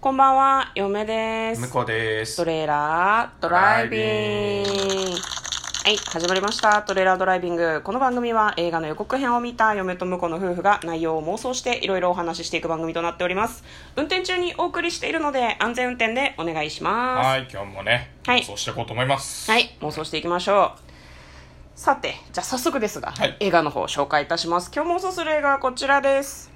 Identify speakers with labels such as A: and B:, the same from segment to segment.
A: こんばんは、嫁です。
B: 向こうです
A: トレーラードライビング
B: ドライ
A: はい始まりましたトレーラードライビングこの番組は映画の予告編を見た嫁と婿の夫婦が内容を妄想していろいろお話ししていく番組となっております運転中にお送りしているので安全運転でお願いします
B: はい今日もね、
A: はい
B: そうしていこうと思います
A: はい、妄想していきましょう。さて、じゃあ早速ですが、
B: はい
A: 映画の方を紹介いたします。今日妄想する映画はこちらです。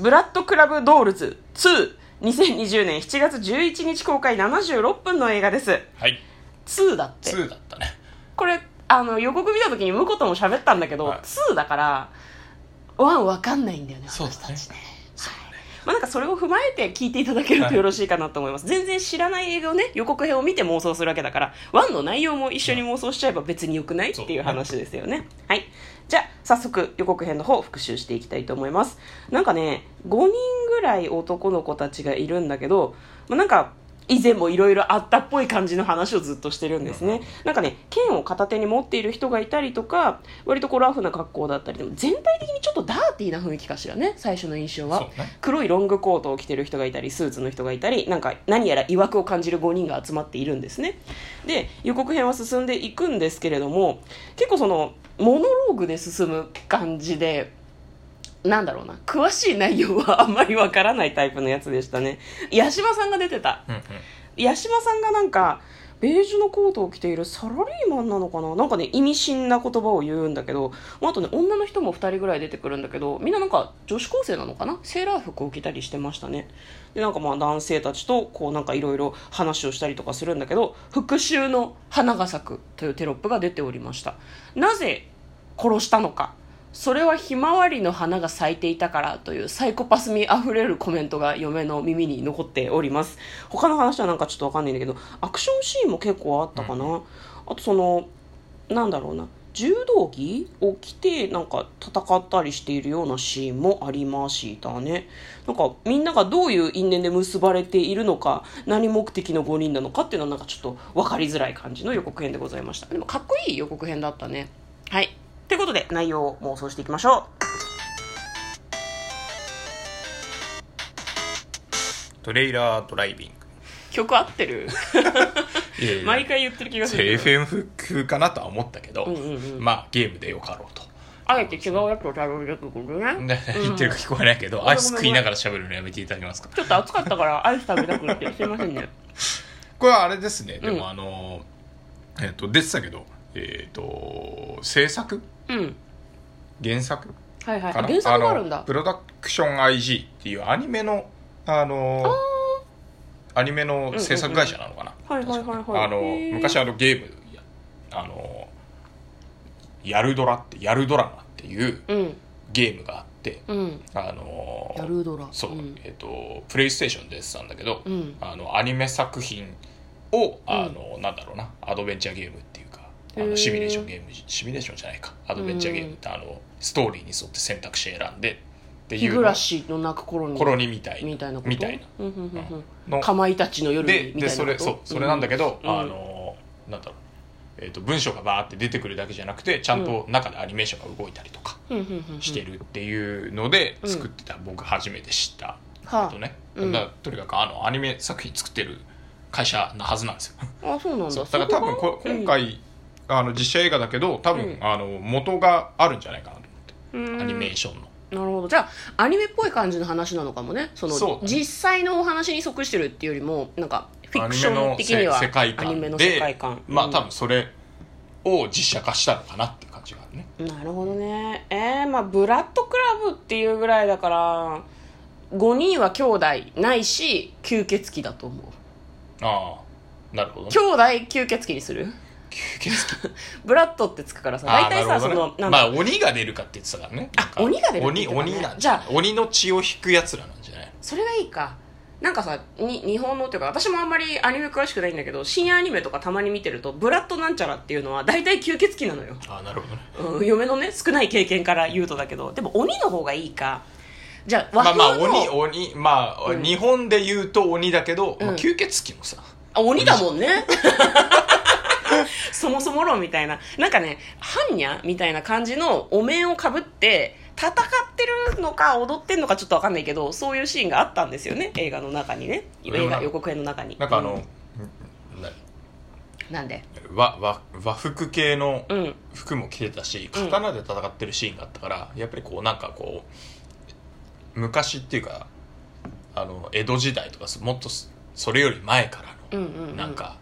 A: ブラッドクラブドールズ2。2020年7月11日公開76分の映画です。
B: はい
A: 2だって。
B: 2だったね
A: これ、あの、予告見た時に婿とも喋ったんだけど、
B: はい
A: 2だから、1わかんないんだよね、
B: そうだね
A: 私たちね。
B: そう
A: まあ、なんかそれを踏まえて聞いていただけるとよろしいかなと思います、全然知らない映画をね予告編を見て妄想するわけだから1の内容も一緒に妄想しちゃえば別によくないっていう話ですよねはいじゃあ早速予告編の方を復習していきたいと思いますなんかね5人ぐらい男の子たちがいるんだけど、まあ、なんか以前もいろいろあったっぽい感じの話をずっとしてるんですね。なんかね、剣を片手に持っている人がいたりとか、割とこうラフな格好だったり、でも全体的にちょっとダーティーな雰囲気かしらね、最初の印象は。
B: そうね
A: 黒いロングコートを着てる人がいたりスーツの人がいたりなんか何やら違和感を感じる5人が集まっているんですねで予告編は進んでいくんですけれども結構そのモノローグで進む感じでなんだろうな詳しい内容はあんまりわからないタイプのやつでしたね八嶋さんが出てた
B: うんうん
A: 八嶋さんがなんかベージュのコートを着ているサラリーマンなのかななんかね意味深な言葉を言うんだけど、まあ、あとね女の人も2人ぐらい出てくるんだけどみんななんか女子高生なのかなセーラー服を着たりしてましたねでなんかまあ男性たちとこうなんかいろいろ話をしたりとかするんだけど「復讐の花が咲く」というテロップが出ておりましたなぜ殺したのかそれはひまわりの花が咲いていたからというサイコパス味あふれるコメントが嫁の耳に残っております他の話はなんかちょっとわかんないんだけどアクションシーンも結構あったかな、あとそのなんだろうな柔道着を着てなんか戦ったりしているようなシーンもありましたねなんかみんながどういう因縁で結ばれているのか何目的の5人なのかっていうのはなんかちょっと分かりづらい感じの予告編でございましたでもかっこいい予告編だったねはいということで内容を妄想していきましょう
B: トレーラードライビン
A: 曲合ってる
B: グいやいや
A: 毎回言ってる気がする
B: FM 風かなとは思ったけど、
A: うんうん
B: まあゲームでよかろうと
A: あえて違うやつを食べるってことね
B: ね言ってるか聞こえないけど、
A: ん
B: アイス食いながら喋るのやめていただけますか
A: ちょっと暑かったからアイス食べたくなってすいませんね
B: これはあれですねで
A: うん
B: もあのーえっ、と出てたけどえっ、と制作
A: うん
B: 原作
A: はいはいあ
B: かな
A: 原作があるん
B: の
A: だ
B: プロダクション IG っていうアニメのあのーアニメの制作会社なのかな、
A: はいはいはいはい
B: あの
A: へー
B: 昔あのゲームやあのやるドラってやるドラマっていう
A: うん
B: ゲームがあって
A: うん
B: あの
A: やるドラ
B: そう、
A: うん
B: えっ、とプレイステーションでやってたんだけど、
A: うん
B: あのアニメ作品をあの、なんだろうなアドベンチャーゲームっていうかあ
A: へー
B: のシミュレーションゲームシミュレーションじゃないかアドベンチャーゲームって、あのストーリーに沿って選択肢選んでって
A: 日
B: いう
A: 暮
B: の
A: らしの泣く頃に
B: コロニみたいな
A: みたいなこと
B: みたいな
A: うんうんうんう
B: の
A: んかまいたちの夜
B: で
A: にみた
B: で
A: いな
B: そ
A: こと
B: れそうそれなんだけど、
A: うん
B: あのなんだろうえー、と文章がバーって出てくるだけじゃなくてちゃんと中でアニメーションが動いたりとか
A: うんうんうんうん
B: してるっていうので
A: うん
B: 作ってた、僕初めて知った
A: は
B: とね、
A: うん
B: だからとにかくあのアニメ作品作ってる会社なはずなんですよ
A: ああそうなんだ
B: そうだから多分こ今回、あの実写映画だけど多分、
A: うん
B: あの元があるんじゃないかなと
A: 回
B: 思ってアニメーションの
A: なるほどじゃあアニメっぽい感じの話なのかもねその
B: そう
A: 実際のお話に即してるっていうよりもなんかフィクシ
B: アニメ
A: ョン
B: の
A: 的には
B: せ世界観
A: アニメの
B: で
A: 世界観
B: まあ多
A: う
B: 分それを実写化したのかなっていう感じがあるね
A: んなるほどねえー、まあブラッドクラブっていうぐらいだから5人は兄弟ないし吸血鬼だと思う
B: ああなるほどね
A: 兄弟吸血鬼にする
B: 吸血鬼
A: ブラッドってつくからさ
B: あ
A: 大
B: あ
A: 体さ、
B: な
A: そ
B: るほど
A: の
B: ね
A: なん
B: ま
A: だ
B: あ鬼が出るかって言ってたからねなんか
A: 鬼が出るって
B: 鬼
A: 言ってたね
B: 鬼なん
A: じ
B: じ
A: ゃ
B: ゃ
A: あ
B: ない鬼の血を引くやつらなんじゃない
A: それがいいかなんかさに日本のっていうか私もあんまりアニメ詳しくないんだけど深夜アニメとかたまに見てるとブラッドなんちゃらっていうのは大体吸血鬼なのよ、
B: ああなるほどね
A: うん、嫁のね少ない経験から言うとだけどでも鬼の方がいいかじゃあ和
B: まあ
A: 風
B: ま
A: の、
B: あ鬼鬼まあ、
A: ん
B: 日本で言うと鬼だけど、ま
A: うん
B: あ、吸血鬼もさ
A: あ鬼だもんね そもそも論みたいななんかね般若みたいな感じのお面をかぶって戦ってるのか踊ってるのかちょっと分かんないけどそういうシーンがあったんですよね映画の中にね
B: で
A: 映
B: もな
A: 画予告編の中に
B: なんかあの、な
A: うんなんで
B: 和和和服系の
A: うん
B: 服も着てたし刀で戦ってるシーンがあったから、やっぱりこうなんかこう昔っていうかあの江戸時代とかもっとすそれより前から
A: う
B: の、
A: んうん、うん、
B: なんか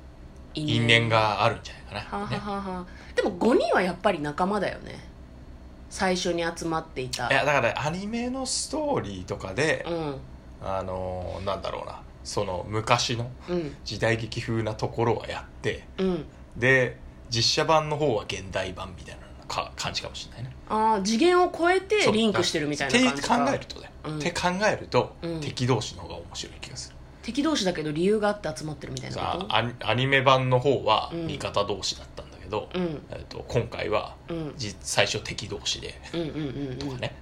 B: 因
A: 因
B: 縁があるんじゃないか
A: は
B: な、
A: あ
B: ね
A: はあはあでも5人はやっぱり仲間だよね最初に集まっていた
B: いやだからアニメのストーリーとかで
A: う、ん
B: あのなんだろうなその昔の
A: うん
B: 時代劇風なところはやって
A: うん
B: で実写版の方は現代版みたいなか感じかもしれないね
A: ああ次元を超えてリンクしてるみたいな感じか
B: って考えるとね、
A: うん
B: って考えると、
A: うん
B: 敵同士の方が面白い気がする
A: 敵同士だけど理由があって集まってるみたいなこ
B: さあアニアニメ版の方は
A: うん
B: 味方同士だったんだけど、
A: とうん
B: えっと今回は
A: うん
B: じ最初敵同士で
A: うんうんうんうん
B: とかね、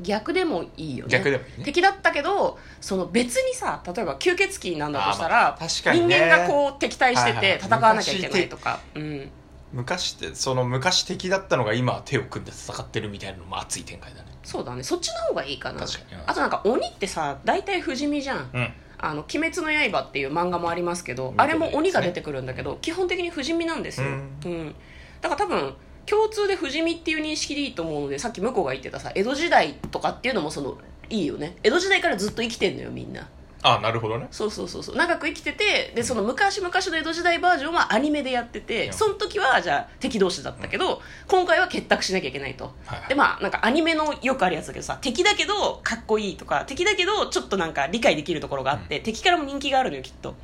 A: 逆でもいいよね
B: 逆でもいいね
A: 敵だったけどその別にさ例えば吸血鬼なんだとしたら
B: あ、ーまあ確かにね
A: 人間がこう敵対して
B: はいはい
A: て戦わなきゃいけないとか、うん
B: 昔ってその昔敵だったのが今は手を組んで戦ってるみたいなのも熱い展開だね
A: そうだねそっちの方がいいかな
B: 確かに
A: あとなんか鬼ってさ大体不死身じゃん
B: うん
A: 「あの鬼滅の刃」っていう漫画もありますけど
B: 見て
A: あ
B: ない
A: れ
B: ですね
A: も鬼が出てくるんだけど基本的に不死身なんですよ、
B: う
A: うんんだから多分共通で不死身っていう認識でいいと思うのでさっき向こうが言ってたさ江戸時代とかっていうのもそのいいよね江戸時代からずっと生きてんのよみんな
B: あなるほどね
A: そうそうそうそう長く生きててでその昔々の江戸時代バージョンはアニメでやっててその時はじゃあ敵同士だったけど、今回は結託しなきゃいけないと
B: はいはい
A: でまあなんかアニメのよくあるやつだけどさ敵だけどかっこいいとか敵だけどちょっとなんか理解できるところがあって、敵からも人気があるのよきっと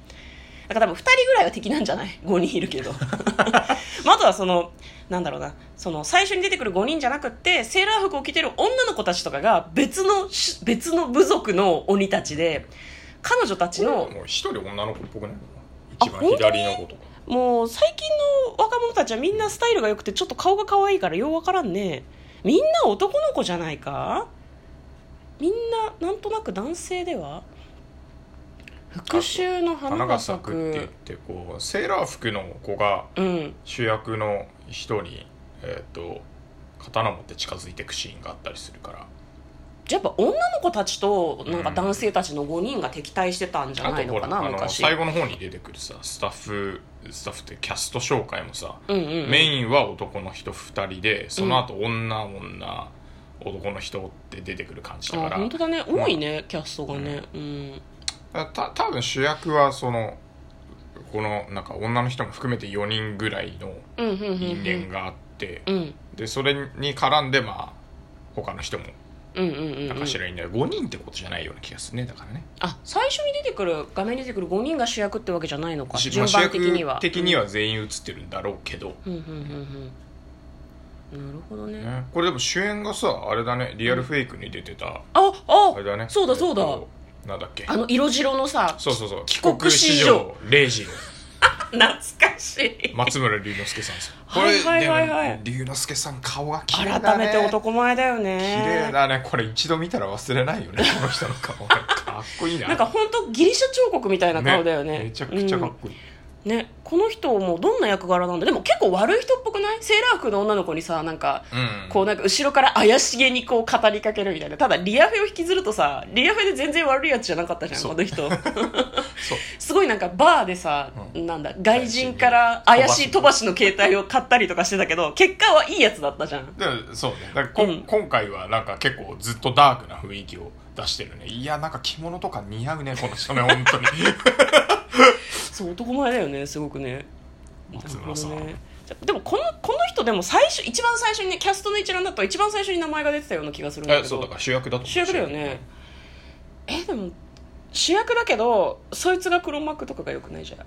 A: だから多分2人ぐらいは敵なんじゃない5人い るけどまあ、あとはそのなんだろうなその最初に出てくる5人じゃなくってセーラー服を着てる女の子たちとかが別のし別の部族の鬼たちで彼女たちの
B: もう一人女の子っぽくない
A: あ
B: 一番左の子とか
A: もう最近の若者たちはみんなスタイルが良くてちょっと顔が可愛いからようわからんねみんな男の子じゃないかみんななんとなく男性では復讐の花が
B: 花が
A: 咲
B: 咲くって言っ
A: く
B: てこうセーラー服の子が
A: うん
B: 主役の人に、えー、と刀持って近づいていくシーンがあったりするから
A: じゃあやっぱ女の子たちとなんか男性たちの5人が敵対してたんじゃ
B: あ
A: ない
B: と
A: の
B: ほ
A: からな
B: あの
A: 昔
B: 最後の方に出てくるさスタッフスタッフってキャスト紹介もさ、
A: うんうんうん
B: メインは男の人2人でその後女女男の人って出てくる感じだ
A: あ
B: から
A: 本当だね多いねキャストがねうん
B: た多分主役はそのこのなんか女の人も含めて4人ぐらいの
A: うんうんうんうん
B: 因縁があって、
A: うん
B: でそれに絡んでまあ他の人も
A: うんうんうんうん
B: なんかしらいない、5人ってことじゃないような気がするねだからね
A: あ最初に出てくる画面に出てくる5人が主役ってわけじゃないのか
B: し
A: 順番的に
B: まあ
A: は
B: 主役的には全員映ってるんだろうけど、
A: うんうんうんうんなるほどね
B: ねこれでも主演がさあれだねリアルフェイクに出てた、
A: ああ
B: あれだね
A: そうだそうだ
B: えっとなんだっけ
A: あの色白のさ
B: そうそうそう帰
A: 国
B: 国
A: 史
B: 史
A: 上
B: 上0時の
A: 懐かしい
B: 松村龍之介さんですこ
A: はい
B: れ
A: はいはいはい
B: でも龍之介さん顔が綺麗だ
A: 改
B: ね
A: めて男前だよ
B: 綺麗
A: ね
B: だねこれ一度見たら忘れない よねこの人の顔かっこいいな
A: なんか本当ギリシャ彫刻みたいな顔だよね
B: めちゃくちゃかっこいい、
A: うんねこの人もうどんな役柄なんだでも結構悪い人っぽくないセーラー服の女の子にさなんか
B: うん
A: こうなんか後ろから怪しげにこう語りかけるみたいなただリアフェを引きずるとさリアフェで全然悪いやつじゃなかったじゃん
B: そう
A: この 人
B: そう
A: すごいなんかバーでさ、
B: う
A: なんだ外人から怪しい飛ばしの携帯を買ったりとかしてたけど結果はいいやつだったじゃん
B: だからそうねだからこん
A: うん
B: 今回はなんか結構ずっとダークな雰囲気を出してるねいやなんか着物とか似合うねこの人ね本当に
A: そう男前だよねすごくね
B: 松村さん、
A: なるほどねじゃでもこのこの人でも最初一番最初にねキャストの一覧だと一番最初に名前が出てたような気がするんだけ
B: え
A: ど
B: そうだから主役だと思う
A: 主役だよねえでも主役だけどそいつが黒幕とかがよくないじゃん
B: ど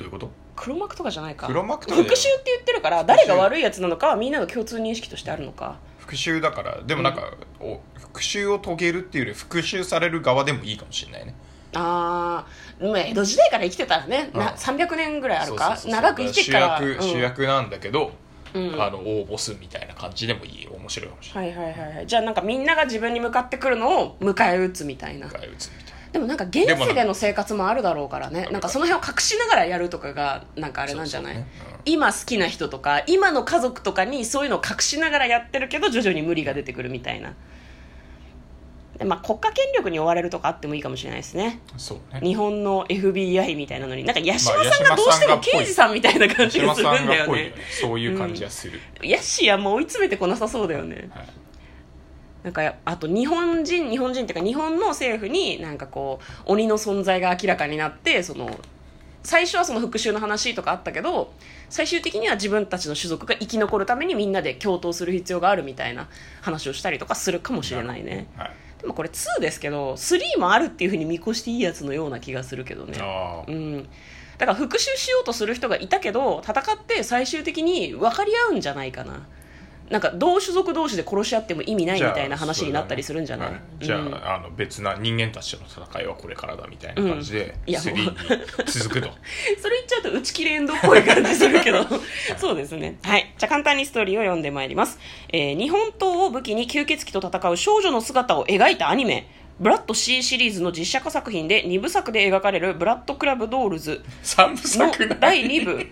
B: ういうこと
A: 黒幕とかじゃないか
B: 黒幕とか
A: 復
B: だ
A: 讐
B: よ
A: って言ってるから誰が悪いやつなのかはみんなの共通認識としてあるのか
B: 復讐だからでもなんか、お復讐を遂げるっていうより復讐される側でもいいかもしれないね
A: あーでも江戸時代から生きてたらね、な
B: うん
A: 300年ぐらいあるか
B: そうそうそう
A: 長く生きてっから
B: 主役、主役なんだけど、
A: うんうん
B: あの応募すみたいな感じでもいい面白いかもしれない
A: はいはいはいはいじゃあなんかみんなが自分に向かってくるのを迎え撃つみたいな
B: 一回打つみたいな
A: ででもなんか現世での生活もあるだろうからね
B: も
A: なんかその辺を隠しながらやるとかがなんかあれなんじゃない
B: そうそうね
A: 今好きな人とか今の家族とかにそういうのを隠しながらやってるけど徐々に無理が出てくるみたいなで、まあ、国家権力に追われるとかあってもいいかもしれないですね
B: うんそうね
A: 日本の FBI みたいなのになんか八
B: ま
A: 島
B: あ
A: さんがどうしても
B: 八嶋さんがっぽい
A: 刑事さんみたいな感じ
B: 島
A: がする
B: さ
A: ん
B: ん
A: だ
B: が
A: よ
B: っぽいよ
A: ね
B: ねそういう感じがする、
A: ヤシはもう追い詰めてこなさそうだよね
B: はい、
A: なんかやあと日本人日本人っていうか日本の政府になんかこう鬼の存在が明らかになってその最初はその復讐の話とかあったけど最終的には自分たちの種族が生き残るためにみんなで共闘する必要があるみたいな話をしたりとかするかもしれないね
B: はい、
A: でもこれ2ですけど3もあるっていうふうに見越していいやつのような気がするけどね
B: あ
A: う
B: あ
A: ん、だから復讐しようとする人がいたけど戦って最終的に分かり合うんじゃないかななんか同種族同士で殺し合っても意味ないみたいな話になったりするんじゃない
B: じゃあ,、
A: うん
B: あの別な人間たちとの戦いはこれからだみたいな感じで、
A: うんいや
B: 3
A: も
B: に続くと
A: それ言っちゃうと打ち切れエンドっぽい感じするけど そうですねはいじゃあ簡単にストーリーを読んでまいります、えー日本刀を武器に吸血鬼と戦う少女の姿を描いたアニメブラッド C シリーズの実写化作品で2部作で描かれるブラッドクラブドールズ
B: 3部作
A: の第2部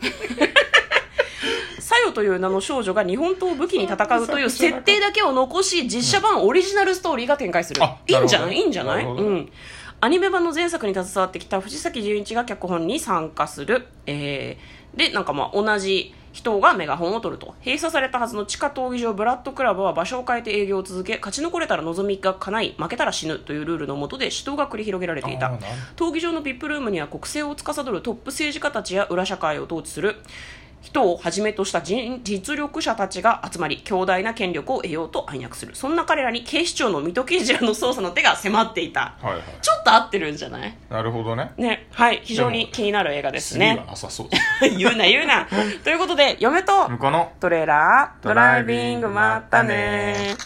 A: サヨという名の少女が日本刀を武器に戦うという設定だけを残し実写版オリジナルストーリーが展開する、
B: あ
A: いいんじゃ
B: なるほど
A: ない
B: ね
A: いいんじゃない、
B: なる
A: う
B: ほどね
A: ん、アニメ版の前作に携わってきた藤崎純一が脚本に参加する、えーでなんかまあ同じ人がメガホンを取ると閉鎖されたはずの地下闘技場ブラッドクラブは場所を変えて営業を続け勝ち残れたら望みが叶い負けたら死ぬというルールのもとで死闘が繰り広げられてい
B: あー
A: た
B: なるほど
A: 闘技場の VIP ルームには国政を司るトップ政治家たちや裏社会を統治する人をはじめとした人実力者たちが集まり強大な権力を得ようと暗躍するそんな彼らに警視庁の水戸刑事らの捜査の手が迫っていた
B: はいはい
A: ちょっと合ってるんじゃない
B: なるほどね
A: ねはい非常に気になる映画です
B: 3は
A: ね
B: なさ そうです
A: 言うな言うなということで嫁と
B: 向こうの
A: トレーラード
B: ドライビング
A: まったね